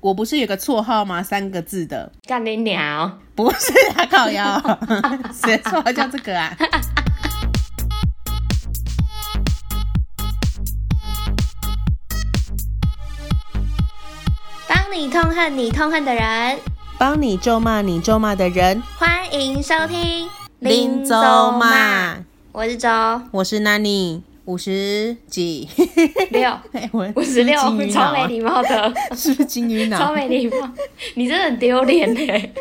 我不是有个绰号吗？三个字的，干你鸟！不是啊，靠 腰，谁的绰号叫这个啊？帮你痛恨你痛恨的人，帮你咒骂你咒骂的人，欢迎收听林州骂，我是 周我是 Nani，五十几，六哎我 五十六是不是金鱼，脑超啊没礼貌的，是不是金鱼超脑？没礼貌，你真的很丢脸欸嘞！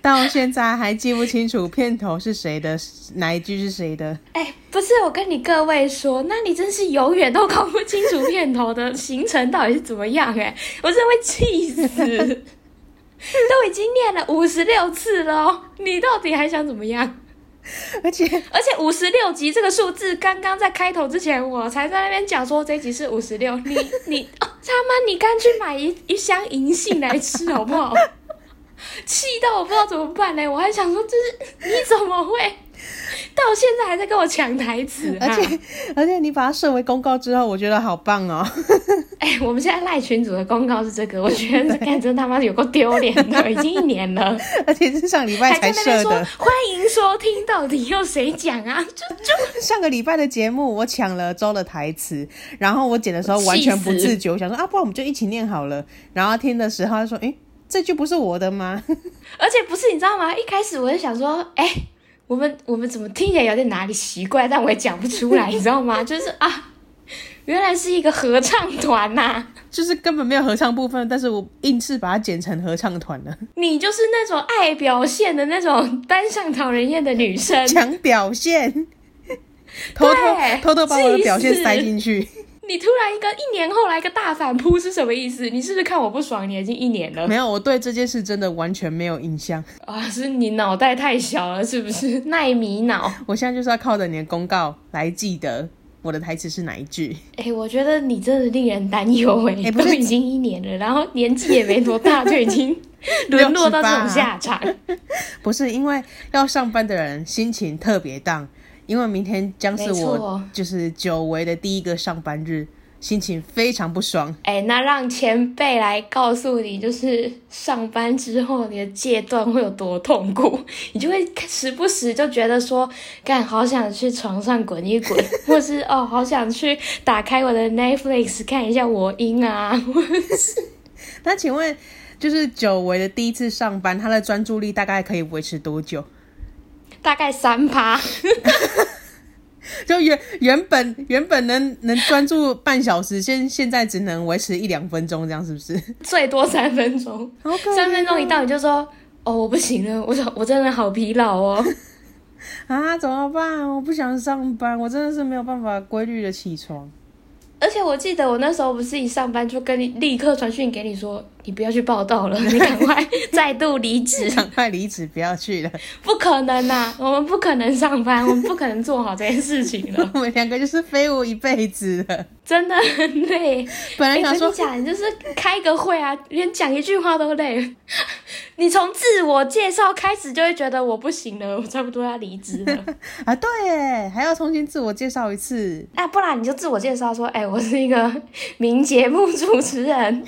到现在还记不清楚片头是谁的，哪一句是谁的？ 哎、不是，我跟你各位说，那你真是永远都搞不清楚片头的行程到底是怎么样哎、我真的会气 死！都已经念了五十六次了哦，你到底还想怎么样？而 且而且五十六集这个数字，刚刚在开头之前，我才在那边讲说这集是五十六。 你你、哦、他妈，你干去买一一箱银杏来吃好不好？气到我不知道怎么办嘞！我还想说，这是你怎么会到现在还在跟我抢台词、啊？而且而且你把它设为公告之后，我觉得好棒哦。 哎、我们现在赖群主的公告是这个，我觉 得这干真他妈有够丢脸的，已经一年了，而且是上礼拜还才在那边设说的，欢迎收听，到底又谁讲啊？就就上个礼拜的节目，我抢了周的台词，然后我剪的时候完全不自觉，我想说啊，不然我们就一起念好了。然后听的时候他说，诶、这句不是我的吗？而且不是你知道吗？一开始我就想说，哎、我们我们怎么听起来有点哪里奇怪，但我也讲不出来，你 知道吗？就是啊，原来是一个合唱团呐、 就是根本没有合唱部分，但是我硬是把它剪成合唱团了，你就是那种爱表现的那种班上讨人厌的女 生，抢表 现，偷偷对偷偷把我的表现气死塞进去，你突然一个一年后来一个大反扑是什么意思？你是不是看我不爽？你已经一年了没有，我对这件事真的完全没有印象。啊？是你脑袋太小了，是不是？奈米脑。我现在就是要靠着你的公告来记得我的台词是哪一句。哎、我觉得你真的令人担忧哎，哎不都是已经一年了，然后年纪也没 多大，就已经沦落到这啊种下场。不是因为要上班的人心情特别荡，因为明天将是没错我就是久违的第一个上班日，心情非常不爽。哎、那让前辈来告诉你，就是上班之后你的戒断会有多痛苦，你就会时不时就觉得说，干好想去床上滚一滚，或是哦好想去打开我的 Netflix 看一下我音啊， 那请问，就是久违的第一次上班，他的专注力大概可以维持多久？大概三趴。就原原本原本能能专注半小时，现现在只能维持一两分钟，这样是 不是？最多三分钟好可怜哦，三分钟一到你就说，哦，我不行了，我想我真的好疲劳哦。啊，怎么办？我不想上班，我真的是没有办法规律的起床。 而且我记得我那时候不是一上班就跟你立刻传讯给你说，你不要去报道 了，你赶快再度离职，赶快离职，不要去了。 不可能呐、我们不可能上班，我们不可能做好这件事情 了，我们两个就是飞舞一辈子了。真的很累。本来哎、想跟说你讲，你就是开个会啊，连讲一句话都累。 你从自我介绍开始就会觉得我不行了，我差不多要离职了。 啊，对耶，还要重新自我介绍一次，那不然你就自我介绍说，哎、我是一个 名节目主持人，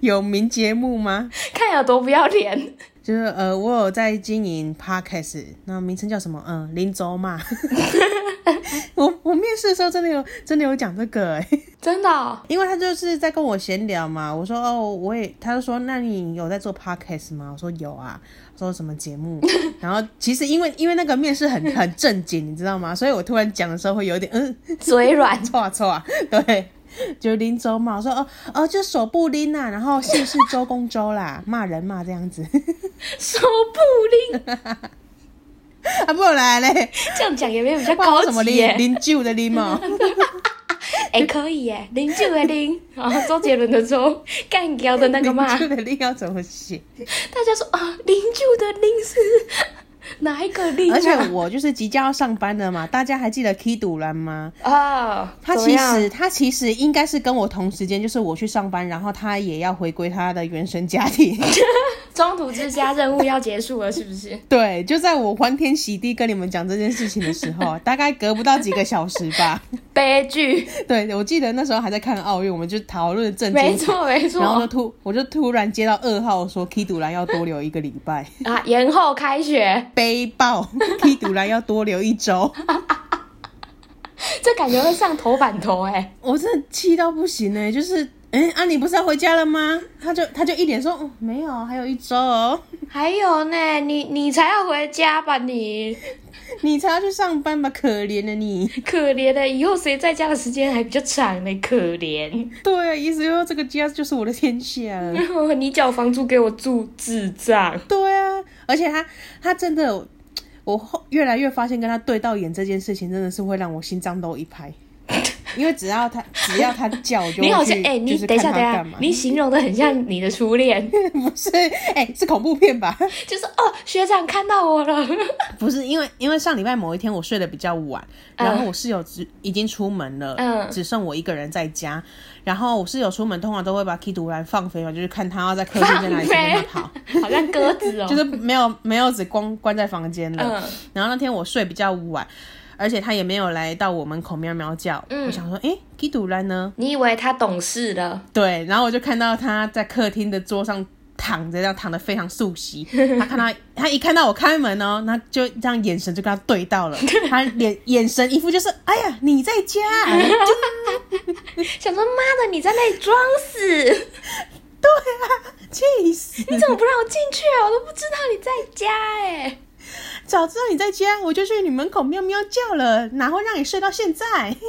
有名节目吗？看有多不要脸。就是呃，我有在经营 podcast，那名称叫什么？嗯、林州嘛。 我我面试的时候真的有真的有讲这个哎，真的哦、因为他就是在跟我闲聊嘛，我说哦，我也，他就说那你有在做 podcast 吗？我说有啊，说什么节目？然后其实因为因为那个面试很很正经，你知道吗？所以我突然讲的时候会有点嗯，嘴软，错错， 对，就拎周嘛。我说哦哦，就手部拎啊，然后姓是周公周啦， 骂人嘛这样子。 手不拎，啊，不然嘞，这样讲也没有比较不然高我怎么级拎耶。拎旧的拎哦嘛？哎、可以耶，零九的零，然后周杰伦的周，干掉的 那个嘛，旧的拎要怎么 写？大家说啊，零九的零是 哪一个零、啊？而且我就是即将要上班了嘛，大家还记得 Key 堵兰吗？啊，他怎么其样实他其实应该是跟我同时间，就是我去上班，然后他也要回归他的原生家庭， 中途之家任务要结束了，是不是？对，就在我欢天喜地跟你们讲这件事情的时候， 大概隔不到几个小时吧。悲剧，对，我记得那时候还在看奥运，我们就讨论正没经。错没然后呢，错突我就突然接到二号说 K 杜兰要多留一个礼拜， 啊！延后开学，背爆 K 杜兰要多留一周， 这感觉会上头版头哎、 我真的气到不行呢、就是，哎、啊，你不是要回家了吗？他就他就一脸说，哦，没有，还有一周 哦，还有呢，你你才要回家吧你？你才要去上班吧，可怜的你。可怜的，以后谁在家的时间还比较长呢？可 怜，对啊，意思就是说这个家就是我的天下了。你缴房租给我住，智障！对啊，而且他他真的，我后越来越发现跟他对到眼这件事情，真的是会让我心脏都一拍。因为只要他只要他叫，我就你好会像去，哎、就你是等看一下，他等一下干嘛，？你形容的很像你的初恋， 不是，哎、是恐怖片吧？就是哦，学长看到我了， 不是，因为因为上礼拜某一天我睡得比较晚，嗯然后我室友只已经出门了，嗯只剩我一个人在家。然后我室友出门通常都会把 K 独来放飞嘛，就是看他要在客厅在哪里随便他跑，好像鸽子哦， 就是没有没有只光关在房间了。嗯，然后那天我睡比较晚，而且他也没有来到我门口喵喵叫。嗯我想说，诶，基杜兰呢？你以为他懂事了？对，然后我就看到他在客厅的桌上躺着，这样躺得非常素席。他看到他一看到我开门哦，那就这样眼神就跟他对到了，他脸眼神一副就是，哎呀，你在家啊、想说妈的，你在那里装死， 啊气死！你怎么不让我进去啊？我都不知道你在家哎、早知道你在家，我就去你门口喵喵叫了，哪会让你睡到现在？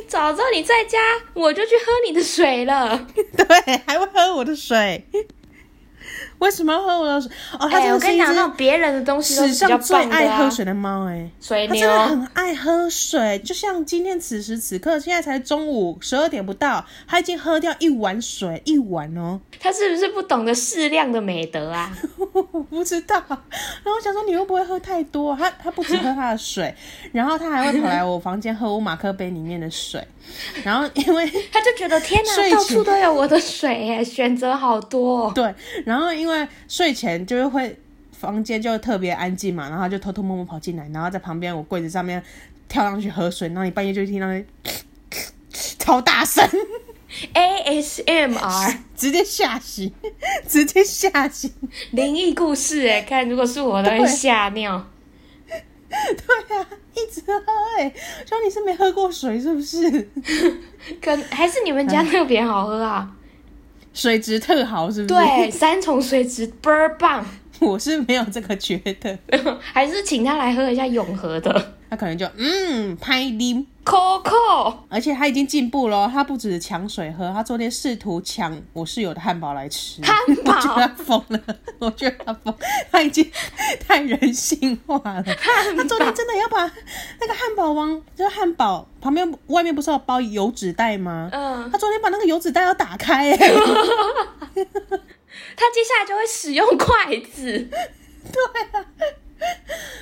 早知道你在家，我就去喝你的 水了。对，还会喝我的水。为什么要喝我的水？哦，他哎、真的我是跟你一讲，只那种别人的东西都史是比较上最棒的、啊、爱喝水的猫哎、水它牛真的很爱喝水，就像今天此时此刻，现在才中午十二点不到，它已经喝掉一碗水，一碗哦， 他是不是不懂得适量的美德啊？我不知道。然后我想说你会不会喝太多？它它不止喝它的水，然后它还会跑来我房间喝我马克杯里面的水，然后因为他就觉得天睡哪，前到处都有我的水耶，选择好多、 哦。对，然后因为睡前就是会房间就特别安静嘛，然后他就偷偷摸摸跑进来，然后在旁边我柜子上面跳上去喝水，然后你半夜就听到那超大声， ASMR 直接吓醒，直接吓醒。灵异故事哎，看如果是我都会对吓尿。对啊，一直喝哎、说你是没喝过水是不是？可还是你们家特别好喝啊？水质特好是不是？对，，三重水质倍儿棒， 我是没有这个觉得，还是请他来喝一下永和的他可能就嗯拍拎。 Coco。而且他已经进步了哦，他不只是抢水喝，他昨天试图抢我室友的汉堡来吃。汉堡我觉得他疯了， 我觉得他疯，他已经太人性化了。他昨天真的要把那个汉堡王，就是汉堡旁边外面不是有包油纸袋吗？嗯，他昨天把那个油纸袋要打开、欸，他接下来就会使用筷子。 对啊，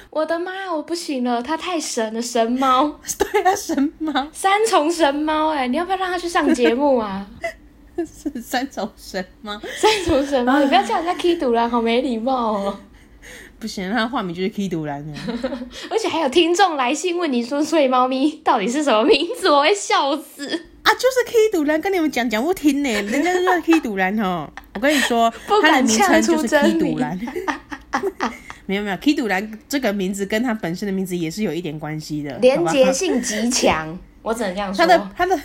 我的妈，我不行了，他太神了，神猫， 对啊，神猫三重神猫哎、你要不要让他去上节目啊？ 是三种神猫，三重神猫，你不要叫人家 K 独啦，好没礼貌哦。不行，他的化名就是 K 独兰了。而且还有听众来信问你说“睡猫咪”到底是什么名字，我会笑死。啊，就是 K 独兰，跟你们讲讲不听呢，人家就叫 K 独兰 哦。我跟你说，不他的敢名称呛就出是真 K 名独 兰。没有没有，K 独兰这个名字跟他本身的名字也是有一点关系的，连好结吧性极强， 我只能这样他说。的他的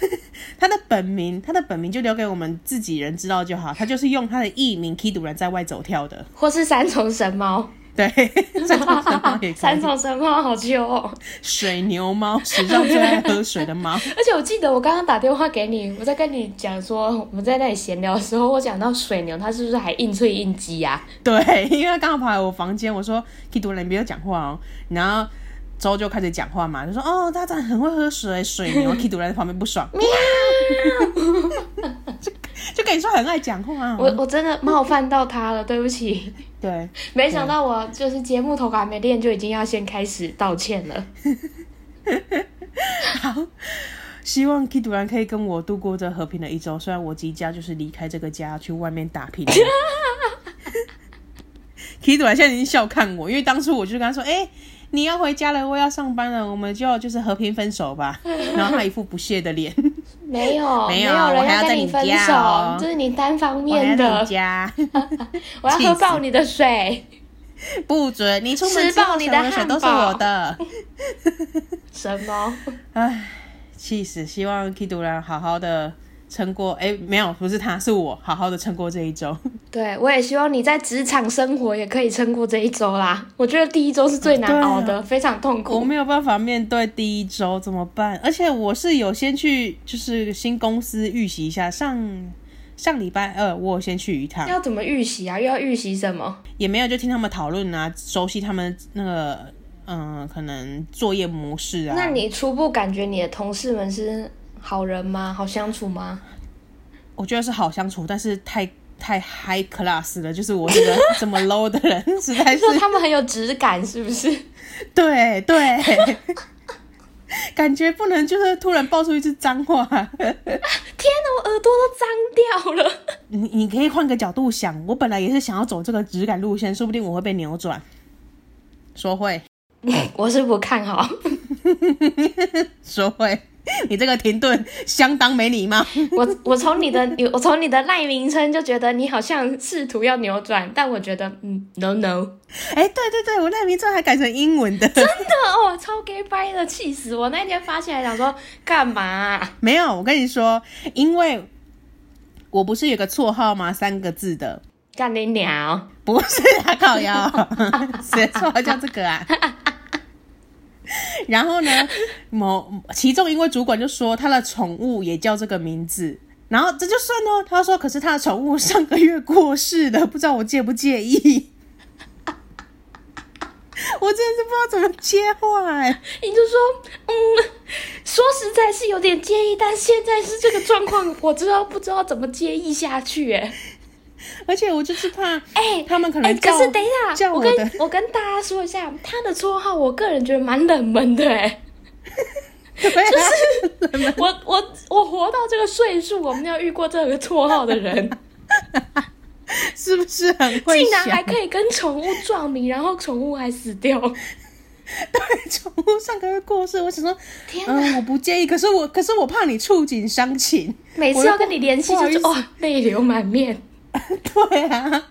他的本名，他的本名就留给我们自己人知道就好。他就是用他的艺名 K 独兰在外走跳的，或是三重神猫， 对，三重神猫也可三以，重神猫好秋哦。水牛猫史上最爱喝水的猫。而且我记得我刚刚打电话给你，我在跟你讲说我们在那里闲聊的时候，我讲到水牛，它是不是还硬吹硬啊击呀、 对，因为他刚好跑来我房间，我说 k i d 你不要讲话哦。然后周就开始讲话嘛，就说哦，他真的很会喝水，水牛 k i d 在旁边不爽，喵， 就就跟你说很爱讲话、我哦。我真的冒犯到它了，对不起。 对，没想到我就是节目投稿还没练，就已经要先开始道歉了。希望 k i d 可以跟我度过这和平的一周，虽然我即将就是离开这个家去外面打拼了。提朵兰现在已经笑看我，因为当初我就跟他说，哎、你要回家了，我要上班了，我们就就是和平分手吧。然后他一副不屑的脸，没有，没有有我人还要在跟你分手，家哦这是你单方我还面在的你。家， 我要气喝死爆你的 水，不准你出门之吃爆后，你你的的水都是汉堡我的。什么？唉，气死！希望 K 杜兰好好的撑过。哎、没有，不是他，是我，好好的撑过这一周。对我也希望你在职场生活也可以撑过这一周啦。我觉得第一周是最难熬啊的，非常痛我苦。没有办法面对第一周怎么办？而且我是有先去，就是新公司预习一下。上上礼拜二我有先去一趟，要怎么预习啊？又要预习什么？也没有就听他们讨论啊，熟悉他们那个嗯、呃可能作业模式啊。那你初步感觉你的同事们是好人吗？好相处吗？我觉得是好相处，但是太太 high class 了，就是我这个这么 low 的人，实在是说他们很有质感，是不是？对对，感觉不能就是突然爆出一句脏话。天哪，我耳朵都脏掉了。你你可以换个角度想，我本来也是想要走这个质感路线，说不定我会被扭转。说会 我是不看 好，说会，你这个停顿相当没礼貌。我我从你的我从你的赖名称就觉得你好像试图要扭转，但我觉得嗯，no no。哎、对对对，我那名字还改成英文的， 真的 哦，超 gay 掰的，气死我！那一天发现还想说干嘛啊、没有。我跟你说，因为我不是有个绰号吗？三个字的，干你鸟！不是啊，靠腰， 谁说要叫这个啊？ 然后呢，某其中一位主管就说他的宠物也叫这个名字，然后这就算哦。他说，可是他的宠物上个月过世了，不知道我介不介意。 我真的是不知道怎么接话哎、你就说，嗯，说实在是有点介意，但现在是这个状况，我知道不知道怎么介意下去、哎而且我就是怕哎他们可哎，能可叫、是等一下，叫我我跟的 我跟大家说一下，他的绰号，我个人觉得蛮冷门的、哎。 就是我我我活到这个岁数，我没有遇过这个绰号的 人， 是不是很会竟然想还可以跟宠物撞名，然后宠物还死掉，对，宠物上个月过世，我想说，天哪！嗯，我不介意，可是我，可是我怕你触景伤情。 每次要跟你联系，我就又是不好哦，泪流满面。对啊，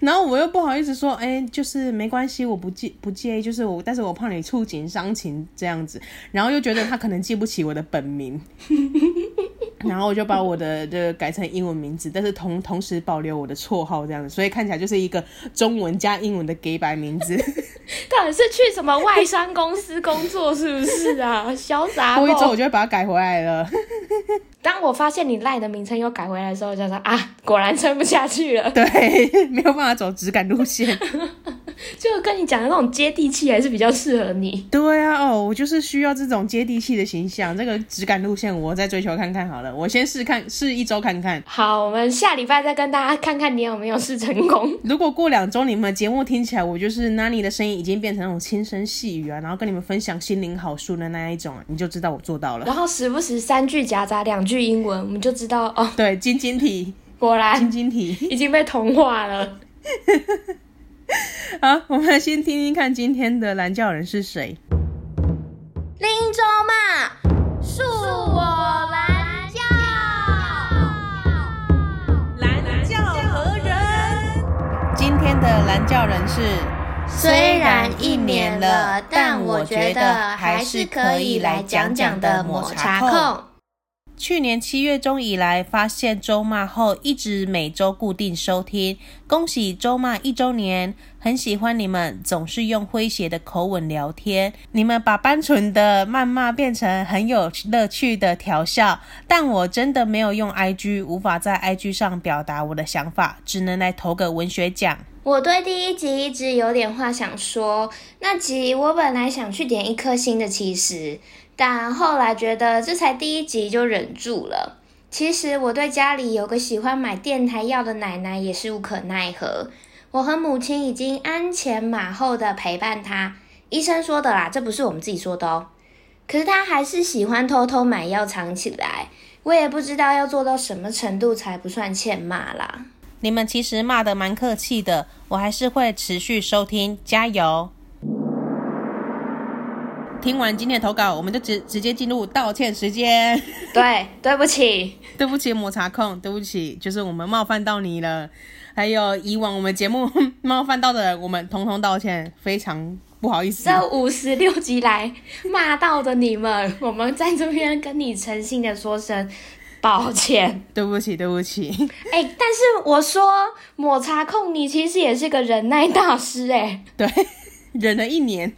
然后我又不好意思说，哎、就是没关系，我不介不介意，就是我，但是我怕你触景伤情这样子，然后又觉得他可能记不起我的本名， 然后我就把我的的改成英文名字，但是同同时保留我的绰号这样子，所以看起来就是一个中文加英文的 gay 白名字。到底是去什么外商公司工作，是不是啊？ 潇洒过一周我狗。就会把它改回来了。 当我发现你赖的名称又改回来的时候，我就说啊，果然撑不下去了。 对，没有办法走质感路线。就跟你讲的那种接地气，还是比较适合你。对啊，哦，我就是需要这种接地气的形象，这个质感路线我再追求看看好了，我先试看试一周看看。好，我们下礼拜再跟大家看看你有没有试成功。 如果过两周你们的节目听起来我就是 Nani 的声音已经变成那种轻声细语啊，然后跟你们分享心灵好书的那一种啊，你就知道我做到了。然后时不时三句夹杂两句英文，我们就知道哦，对，晶晶体，果晶然晶体。已经被同化了。好，我们先听听看今天的蓝教人是谁。林州嘛，恕我蓝教。蓝教何人？今天的蓝教人是。虽然一年了，但我觉得还是可以来讲讲的抹茶控。去年七月中以来，发现周骂后一直每周固定收听，恭喜周骂一周年！很喜欢你们，总是用诙谐的口吻聊天，你们把单纯的谩骂变成很有乐趣的调笑。但我真的没有用 IG，无法在 IG 上表达我的想法，只能来投个文学奖。我对第一集一直有点话想说，那集我本来想去点一颗星的，其实，但后来觉得这才第一集就忍住了。其实我对家里有个喜欢买电台药的奶奶也是无可奈何，哎我和母亲已经鞍前马后的陪伴她，医生说的啦，这不是我们自己说的哦。可是她还是喜欢偷偷买药藏起来，我也不知道要做到什么程度才不算欠骂啦。你们其实骂的蛮客气的，我还是会持续收听，加油！听完今天的投稿，我们就直直接进入道歉时间。 对，对不起，对不起，抹茶控，对不起，就是我们冒犯到你了，还有以往我们节目冒犯到的人，我们统统道歉，非常不好意思。这五十六集来骂到的你们，我们在这边跟你诚心的说声抱歉。对不起，对不起， 哎、但是我说抹茶控，你其实也是个忍耐大师哎、对，忍了一年，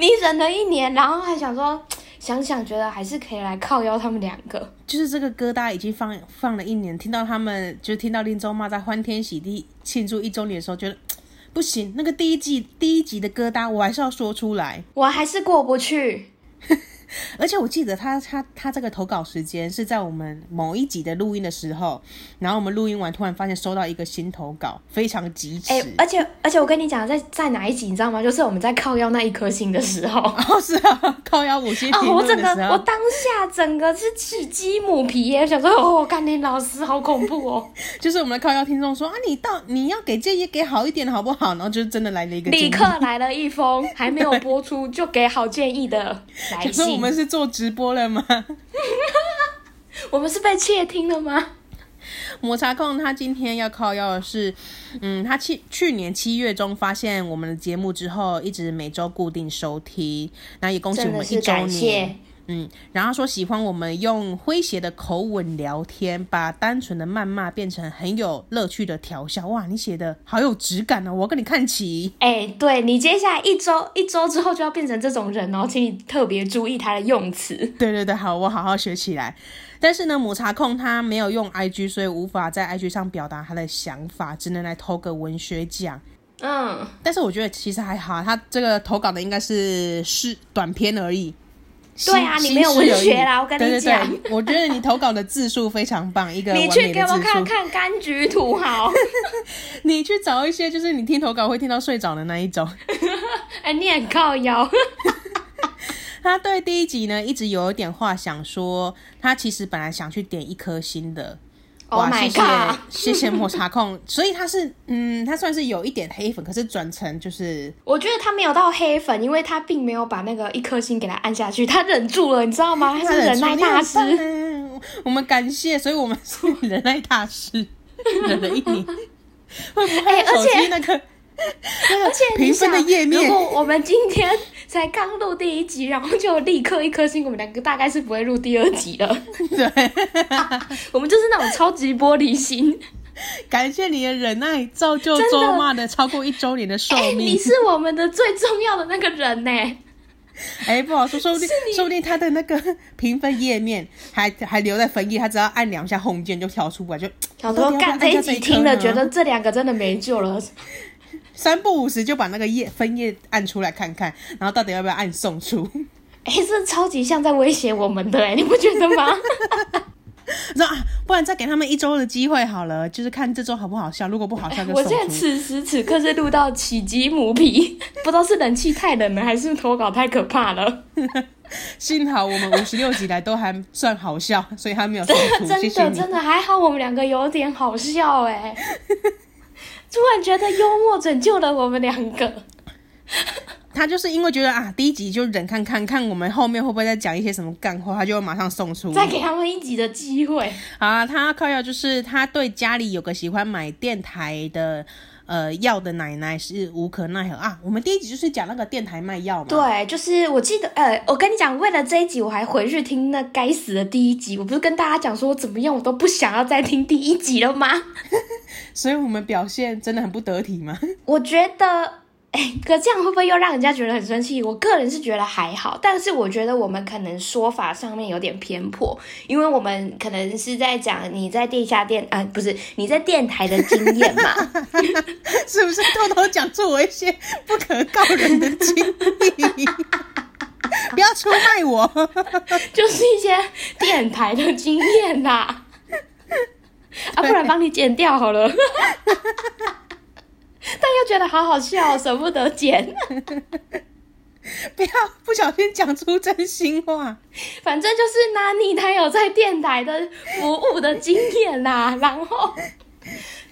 你忍了一年，然后还想说，想想觉得还是可以来靠邀他们两个。就是这个歌大家已经放放了一年，听到他们就听到林州妈在欢天喜地庆祝一周年的时候，觉得不行，那个第一季第一集的歌单我还是要说出来。我还是过不去。而且我记得他他他这个投稿时间是在我们某一集的录音的时候，然后我们录音完突然发现收到一个新投稿，非常及时。哎、而且而且我跟你讲，在在哪一集你知道吗？就是我们在靠邀那一颗星的时 候，哦，哦，是啊，靠腰五 星评我论整个的时候，我当下整个是起鸡母皮耶，想说哦，干你老师好恐怖哦，就是我们的靠腰听众说啊，你到你要给建议给好一点好不好？然后就真的来了 一个建议立刻来了 一封还没有播出就给好建议的来想说信。我们是做直播了吗？我们是被窃听了吗？抹茶控他今天要靠要的是，嗯，他去去年七月中发现我们的节目之后，一直每周固定收听，那也恭喜真我的们一是周感年谢。。嗯，然后说喜欢我们用诙谐的口吻聊天，把单纯的谩骂变成很有乐趣的调笑。哇，你写的好有质感哦，我要跟你看齐。哎、对你接下来一周一周之后就要变成这种人哦，请你特别注意他的用词。对对对，好，我好好学起来。但是呢，抹茶控他没有用 IG，所以无法在 IG 上表达他的想法，只能来投个文学奖。嗯，但是我觉得其实还好，啊他这个投稿的应该是诗短篇而已。新对啊你新没有诗文而已学啦我跟你讲对对对，我觉得你投稿的字数非常棒，一个你完去美给的我字看数。看柑橘土豪。你去找一些就是你听投稿会听到睡着的那一种。 哎、你很靠腰。他对第一集呢一直有一点话想说，他其实本来想去点一颗星的。 Oh 哇， my 谢谢 god！谢谢抹茶控，所以他是嗯，他算是有一点黑粉，可是转成就是 我觉得他没有到黑粉，因为他并没有把那个一颗星给他按下去，他忍住了，你知道哎吗？他是忍耐大师。你很棒啊我们感谢，所以我们是忍耐大 师，忍了一年，会不会哎而手且机那个那而个且你评分的想页面如？果我们今天 才刚录第一集，然后就立刻一颗星，我们两个大概是不会录第二集了。 对， 我们就是那种超级玻璃心。感谢你的忍耐，造就真的周骂的超过一周年的寿哎、命你。是我们的最重要的那个 人呢、哎、不好说，说不定说不定他的那个评分页面还还留在分页，他只要按两下 home 键就跳出来，就想到说底要不要干按这一下集颗听了，呢觉得这两个真的没 救了。三不五时就把那个页分页按出来看看，然后到底要不要按送出？ 哎、这超级像在威胁我们的、哎， 你不觉得 吗？那、啊、不然再给他们一周的机会好了，就是看这周好不好笑。如果不好笑就哎我送现在出。此时此刻是录到起鸡母皮， 不知道是冷气太冷了，还是投稿太可怕了。幸好我们五十六集来都还算好笑，所以他没有送出。 真的嗯谢谢你真。的还好，我们两个有点好笑哎、 突然觉得幽默拯救了我们两个。他就是因为觉得啊，第一集就忍看看看我们后面会不会再讲一些什么干货，他就会马上送出。再给他们一集的机会。好啊，他靠要就是他对家里有个喜欢买电台的呃药的奶奶是无可奈何啊。我们第一集就是讲那个电台卖药嘛。对，就是我记得，呃，我跟你讲，为了这一集，我还回去听那该死的第一集。我不是跟大家讲说怎么样，我都不想要再听第一集了吗？ 所以我们表现真的很不得体嘛。 我觉得。哎，可这样会不会又让人家觉得很生气？我个人是觉得还好，但是我觉得我们可能说法上面有点偏颇，因为我们可能是在讲你在地下电啊、不是你在电台的经验嘛，是不是偷偷讲出我一些不可告人的经历？ 不要出卖我！就是一些电台的经验啦。啊，不然帮你剪掉好了。但又觉得好好笑，舍不得剪。 不要不小心讲出真心话。反正就是呢，你他有在电台的服务的经验啦，然后。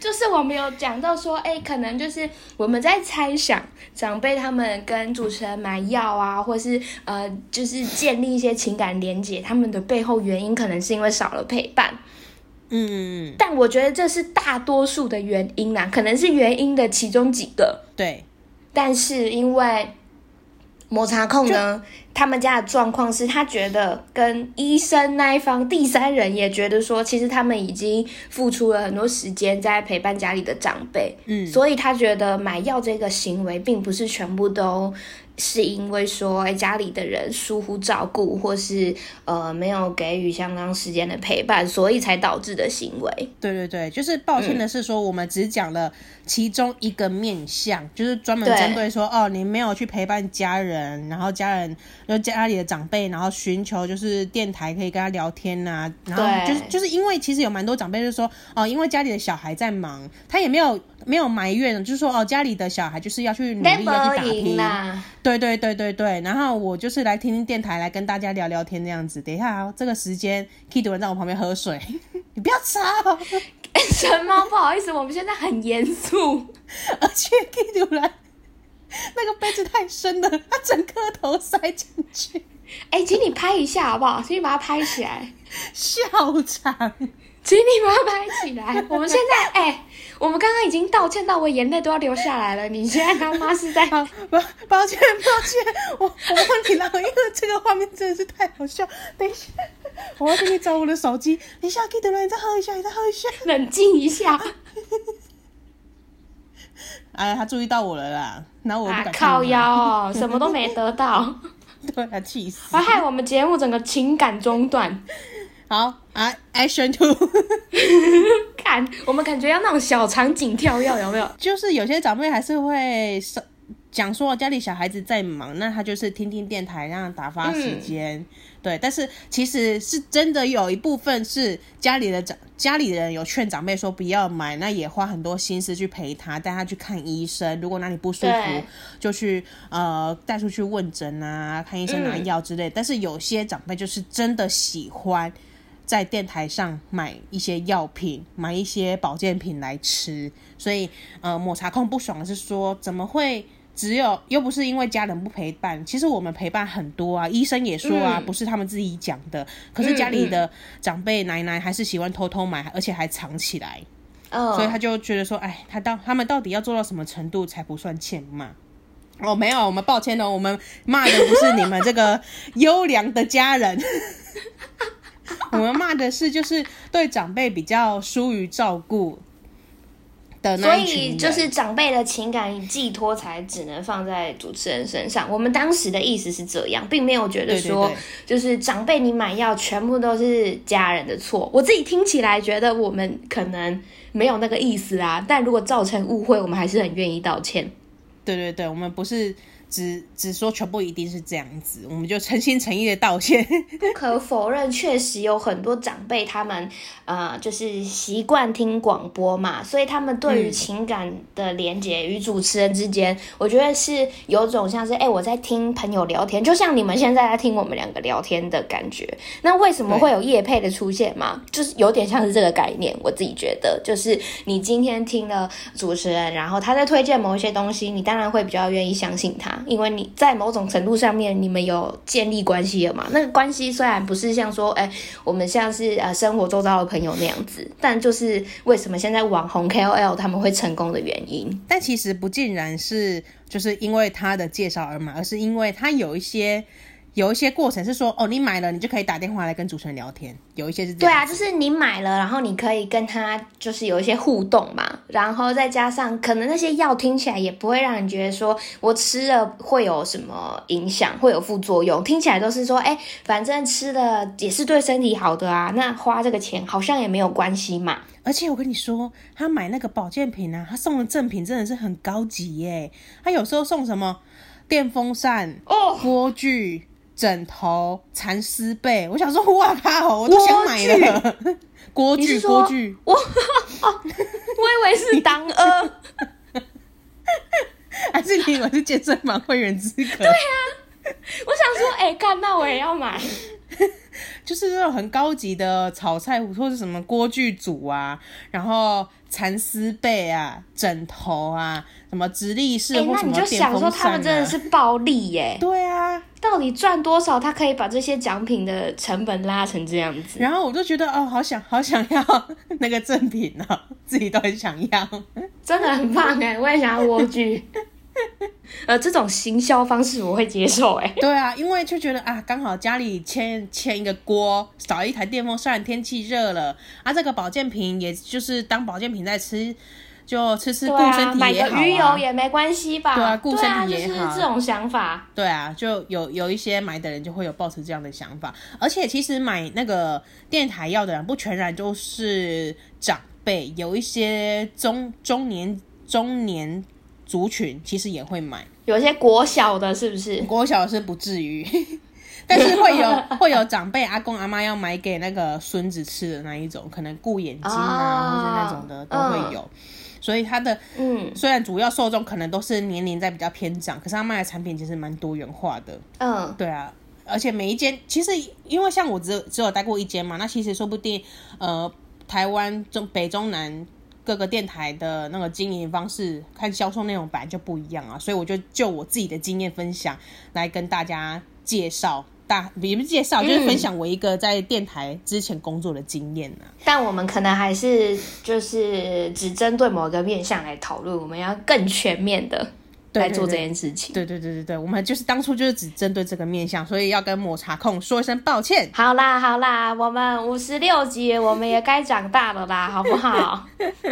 就是我们有讲到说，哎、可能就是我们在猜想长辈他们跟主持人买药啊，或是呃，就是建立一些情感连结，他们的背后原因可能是因为少了陪伴。嗯嗯但我觉得这是大多数的原因啦，可能是原因的其中几个。嗯，对，但是因为摩擦控呢，他们家的状况是他觉得跟医生那一方第三人也觉得说，其实他们已经付出了很多时间在陪伴家里的长辈，嗯所以他觉得买药这个行为并不是全部都。是因为说，哎，家里的人疏忽照顾，或是呃没有给予相当时间的陪伴，所以才导致的行为。对对对，就是抱歉的是说，我们只讲了其中一个面向，就是专门对针对说，哦，你没有去陪伴家人，然后家人就家里的长辈，然后寻求就是电台可以跟他聊天呐、然后就是对就是因为其实有蛮多长辈就说，哦，因为家里的小孩在忙，他也没有没有埋怨，就是说哦，家里的小孩就是要啊去努力要去打拼赢，啦，对对对对对，然后我就是来听听电台，来跟大家聊聊天这样子。等一下、啊、这个时间，Kid 文在我旁边喝水， 你不要吵。 什么？不好意思，我们现在很严肃。而且 Kid 文那个杯子太深了，他整颗头塞进去，哎、请你拍一下好不好？请你把它拍起来，笑场。请你把它拍起 来。我们现在，哎、我们刚刚已经道歉到我眼泪都要流下来了。你现在他妈是在，好，抱抱歉抱歉，我我问你了，因为这个画面真的是太好笑。等一下，我要给你找我的手机。等一下，Kid 文，你再喝一下，你再喝一下。冷静一下。哎，他注意到我了啦，然后我不啊敢、靠腰。哦，什么都没得 到，对啊，气死。还害我们节目整个情感中断。 好啊，Action Two， 看，我们感觉要那种小场景跳跃，有没有？就是有些长辈还是会说讲说家里小孩子在忙，那他就是听听电台，让打发时间。对，但是其实是真的有一部分是家里的长家里的人有劝长辈说不要买，那也花很多心思去陪他，带他去看医生。如果哪里不舒服对，就去呃带出去问诊啊，看医生拿药之类。但是有些长辈就是真的喜欢。在电台上买一些药品，买一些保健品来吃。所以，呃，抹茶控不爽的是说，怎么会只有又不是因为家人不陪伴？其实我们陪伴很多啊，医生也说啊，嗯不是他们自己讲的。可是家里的长辈奶奶还是喜欢偷偷买，而且还藏起来，哦嗯，所以他就觉得说，哎，他到他们到底要做到什么程度才不算欠骂？哦，没有，我们抱歉哦，我们骂的不是你们这个优良的家人， 我们骂的是就是对长辈比较疏于照顾的所那一群以人就是长辈的情感寄托才只能放在主持人身上。我们当时的意思是这样，并没有觉得对对说对就是长辈你买药全部都是家人的错。我自己听起来觉得我们可能没有那个意思啊，但如果造成误会，我们还是很愿意道歉。对对对，我们不是只只说全部一定是这样子，我们就诚心诚意的道歉。不可否认，确实有很多长辈他们呃就是习惯听广播嘛，所以他们对于嗯情感的连接与主持人之间，我觉得是有种像是哎、我在听朋友聊天，就像你们现在在听我们两个聊天的感觉。那为什么对会有夜配的出现嘛？就是有点像是这个概念，我自己觉得，就是你今天听了主持人，然后他在推荐某一些东西，你当然会比较愿意相信他，因为你在某种程度上面你们有建立关系了嘛。那个关系虽然不是像说，哎、我们像是呃生活周遭的朋友那样子，但就是为什么现在网红 KOL 他们会成功的原因。但其实不尽然是就是因为他的介绍而买，而是因为他有一些有一些过程是说，哦，你买了你就可以打电话来跟主持人聊天，有一些是这对样。啊，就是你买了，然后你可以跟他就是有一些互动嘛，然后再加上可能那些药听起来也不会让你觉得说我吃了会有什么影响，会有副作用，听起来都是说，哎，反正吃了也是对身体好的啊，那花这个钱好像也没有关系嘛。而且我跟你说，他买那个保健品啊，他送的赠品真的是很高级耶。他有时候送什么电风扇、哦，锅具、枕头、蚕丝被，我想说，哇靠，我都想买了。 锅你是具，说锅具，我，哦我以为是当呃，还是你以为是健身房会员资格？我想说，哎、干，那我也要买。就是那种很高级的炒菜或是什么锅具组啊，然后蚕丝被啊、枕头啊、什么直立式哎、或那什你么就电想说风他扇们真的啊。是暴利耶、对啊，到底赚多少？他可以把这些奖品的成本拉成这样子？然后我就觉得哦，好想好想要 那个赠品哦，自己都很想要。真的很棒哎，我也想要莴苣。 呃，这种行销方式我会接受哎。对啊，因为就觉得啊，刚好家里欠欠一个锅，少一台电风扇，天气热了啊，这个保健品也就是当保健品在吃，就吃吃对顾身啊，体买也个好、鱼油也没关系吧？对啊顾对啊，身体也就是好这种想法。对啊，就有有一些买的人就会有抱持这样的想法，而且其实买那个电台药的人不全然都是长辈，有一些中中年中年族群其实也会买。有些国小的是不是？国小是不至于， 但是会有会有长辈阿公阿妈要买给那个孙子吃的那一种，可能顾眼睛啊、哦或者那种的都会有。所以它的嗯虽然主要受众可能都是年龄在比较偏长，可是他卖的产品其实蛮多元化的。嗯，对啊，而且每一间其实因为像我只有只有待过一间嘛，那其实说不定呃，台湾中北中南各个电台的那个经营方式，看销售内容本来就不一样啊，所以我就就我自己的经验分享来跟大家介绍。大也不是介绍，嗯就是分享我一个在电台之前工作的经验啊。但我们可能还是就是只针对某个面向来讨论，我们要更全面的对来做对这对件事情。对对对对对，我们就是当初就是只针对这个面向，所以要跟抹茶控说一声抱歉。好啦好啦，我们五十六集，我们也该长大了啦，好不好？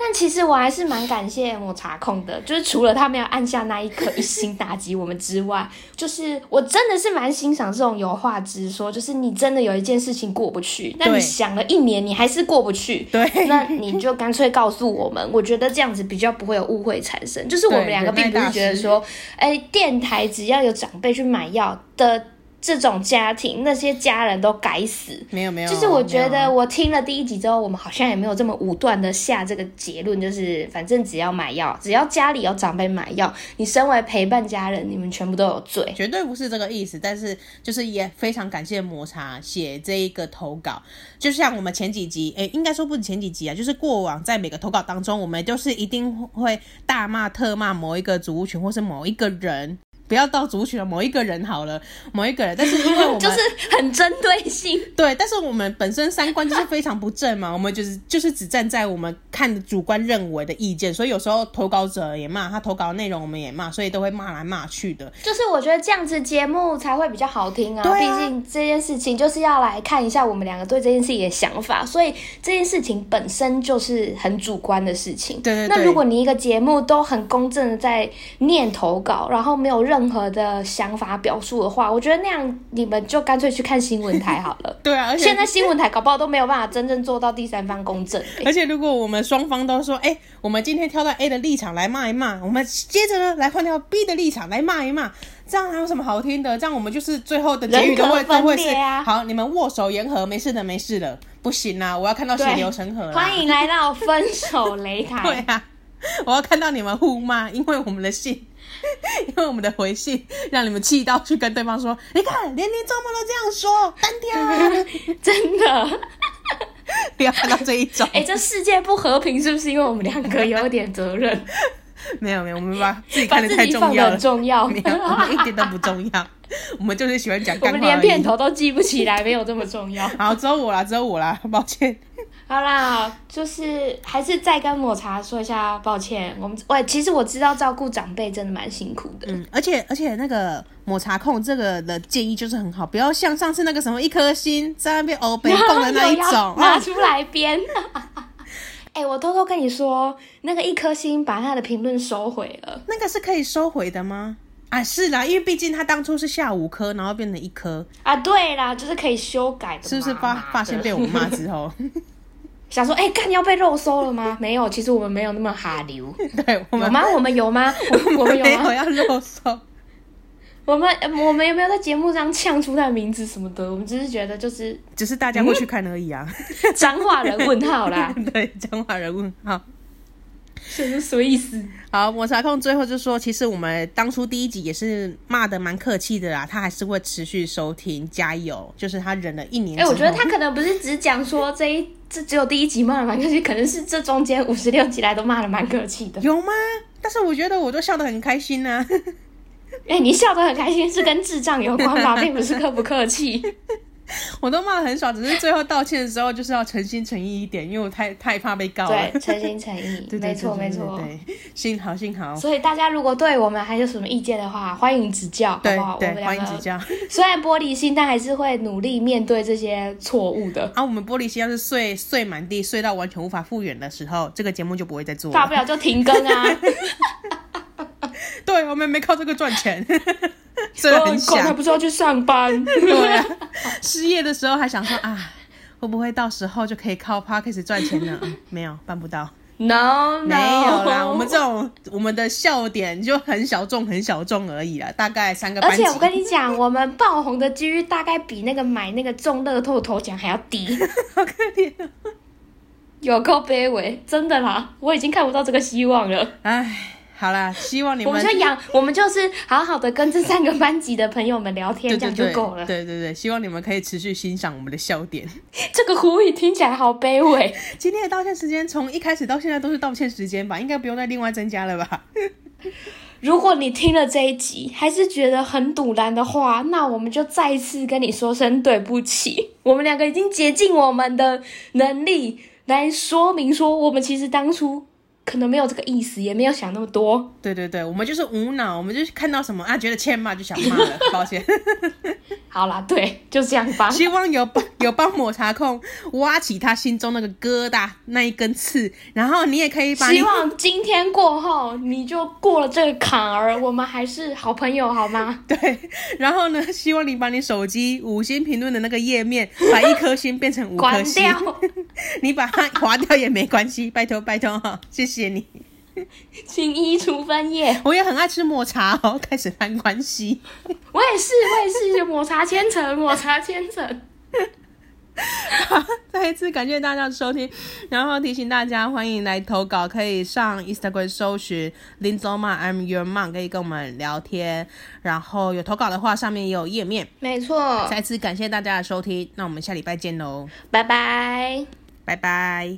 但其实我还是蛮感谢抹茶控的，就是除了他没有按下那一刻一心打击我们之外，就是我真的是蛮欣赏这种有话直说，就是你真的有一件事情过不去，那你对想了一年你还是过不去，对，那你就干脆告诉我们，我觉得这样子比较不会有误会产生。就是我们对两个忍耐并不是大觉得师说，哎、电台只要有长辈去买药的这种家庭，那些家人都该死。没有没有，就是我觉没有得我听了第一集之后，我们好像也没有这么武断的下这个结论，就是反正只要买药，只要家里有长辈买药，你身为陪伴家人，你们全部都有罪。绝对不是这个意思，但是就是也非常感谢摩擦写这一个投稿，就像我们前几集，诶、应该说不止前几集啊，就是过往在每个投稿当中，我们都是一定会大骂特骂某一个族群或是某一个 人，不要到族群了，某一个人好了，某一个人，但是因为我们 就是很针对性，对，但是我们本身三观就是非常不正嘛，我们就是 就是只站在我们看的主观认为的意见，所以有时候投稿者也骂他投稿的内容，我们也骂，所以都会骂来骂去的，就是我觉得这样子节目才会比较好听啊，对啊毕竟这件事情就是要来看一下我们两个对这件事情的想法，所以这件事情本身就是很主观的事情。对对那对。如果你一个节目都很公正的在念投稿，然后没有任何的想法表述的话，我觉得那样你们就干脆去看新闻台好了 对啊，而且现在新闻台搞不好都没有办法真正做到第三方公 正、欸而且如果我们双方都说，哎、我们今天挑到 A 的立场来骂一骂，我们接着呢来换掉 B 的立场来骂一骂，这样还有什么好听的？这样我们就是最后的结语都会人 格分裂啊都会是，好，你们握手言和，没事的，没事的，不行啊啦，我要看到血流成河啦，欢，迎来到分手擂对 台。啊，我要看到你们互骂，因为我们的信。 因为我们的回信让你们气到去跟对方说，你看连连周末都这样说，单挑啊！ 真的。不要看到这一种，哎、这世界不和平是不是因为我们两个有点责 任，没有没有，我们把自己把看得自太己放重得要了很，重要？ 没有，我们一点都不重 要，我们就是喜欢讲 我干们话连而已片。头都记不起来，没有这么 重要。好，只有我啦，只有我啦，抱歉。好啦，就是还是再跟抹茶说一下抱歉，我们喂，其实我知道照顾长辈真的蛮辛苦的。嗯，而且而且那个抹茶控这个的建议就是很好，不要像上次那个什么一颗心在那边欧 北贡的那一又要种 拿啊，出来编。 哎、我偷偷跟你说，那个一颗星把他的评论收回了。那个是可以收回的吗？啊，是啦，因为毕竟他当初是下五颗，然后变成一颗，啊，对啦，就是可以修改的嘛。是不是发妈的发现被我骂之 后， 想说，哎、干要被肉收了吗？没有，其实我们没有那么哈流。对我有们 吗？我们有吗？我我们没有有吗？要肉收，我们呃我们有没有在节目上呛出他的名字什么的？我们只是觉 得就是只是大家会去看而已啊。脏话人问号啦， 对，讲话人问号。就是什么意思？好，抹茶控最后就说，其实我们当初第一集也是骂的蛮客气的啦，他还是会持续收听，加油！就是他忍了一年哎、之后，我觉得他可能不是只讲说这一这只有第一集骂的蛮客气，可能是这中间五十六集来都骂的蛮客气的。有吗？但是我觉得我都笑得很开心啊。 哎、你笑得很开心，是跟智障有关吧，并不是客不 客气。我都骂得很爽，只是最后道歉的时候就是要诚心诚意一点，因为我太太怕被告了对，。诚心诚意，啊 对没错对没对错。对，对幸好幸好，所以大家如果对我们还有什么意见的话，欢迎指教，好对不好？我们对，两欢迎个指教。虽然玻璃心，但还是会努力面对这些错误的。啊，我们玻璃心要是碎碎满地，碎到完全无法复原的时候，这个节目就不会再做 大不了。了就停更 啊，对，我们没靠这个赚钱， 虽然我很狗 还想，不是要去上班。对啊， 失业的时候还想说啊，会不会到时候就可以靠 p o d c a s t 赚钱呢？嗯没有，办不到， No，, no 没有啦。我们这种我们的笑点就很小众，很小众而已啦，大概三个而班级且。我跟你讲，我们爆红的几率大概比那个买那个中乐透头奖还要低， 好可怜哦有够卑微，真的啦！我已经看不到这个希望了。 唉，好啦，希望你我们们就养，我们就是好好的跟这三个班级的朋友们聊天，对这对样对就够了。对对对，希望你们可以持续欣赏我们的笑点。这个呼吁听起来好卑微，今天的道歉时间从一开始到现在都是道歉时间吧，应该不用再另外增加了吧？ 如果你听了这一集还是觉得很堵然的话，那我们就再一次跟你说声对不起。 我们两个已经竭尽我们的能力来说明说，我们其实当初可能没有这个意思，也没有想那么多。对对对，我们就是无脑，我们就是看到什么啊，觉得欠骂就想骂了，抱歉。好啦，对，就这样 吧。希望有帮有帮抹茶控挖起他心中那个疙瘩那一根刺，然后你也可以把你 希望今天过后你就过了这个坎儿，我们还是好朋友，好吗？ 对，然后呢，希望你把你手机五星评论的那个页面，把一颗星变成五颗关星，掉， 你把它划掉也没关系，拜托拜托哈、谢谢你。请移除分页。我也很爱吃抹茶哦，开始攀关系。我也是，我也是，抹茶千层，抹茶千层。 再一次感谢大家的收听，然后提醒大家欢迎来投稿，可以上 Instagram 搜寻林总嘛 I'm Your Mom，可以跟我们聊天。然后有投稿的话，上面也有页面。没错，再次感谢大家的收听，那我们下礼拜见喽，拜拜。拜拜。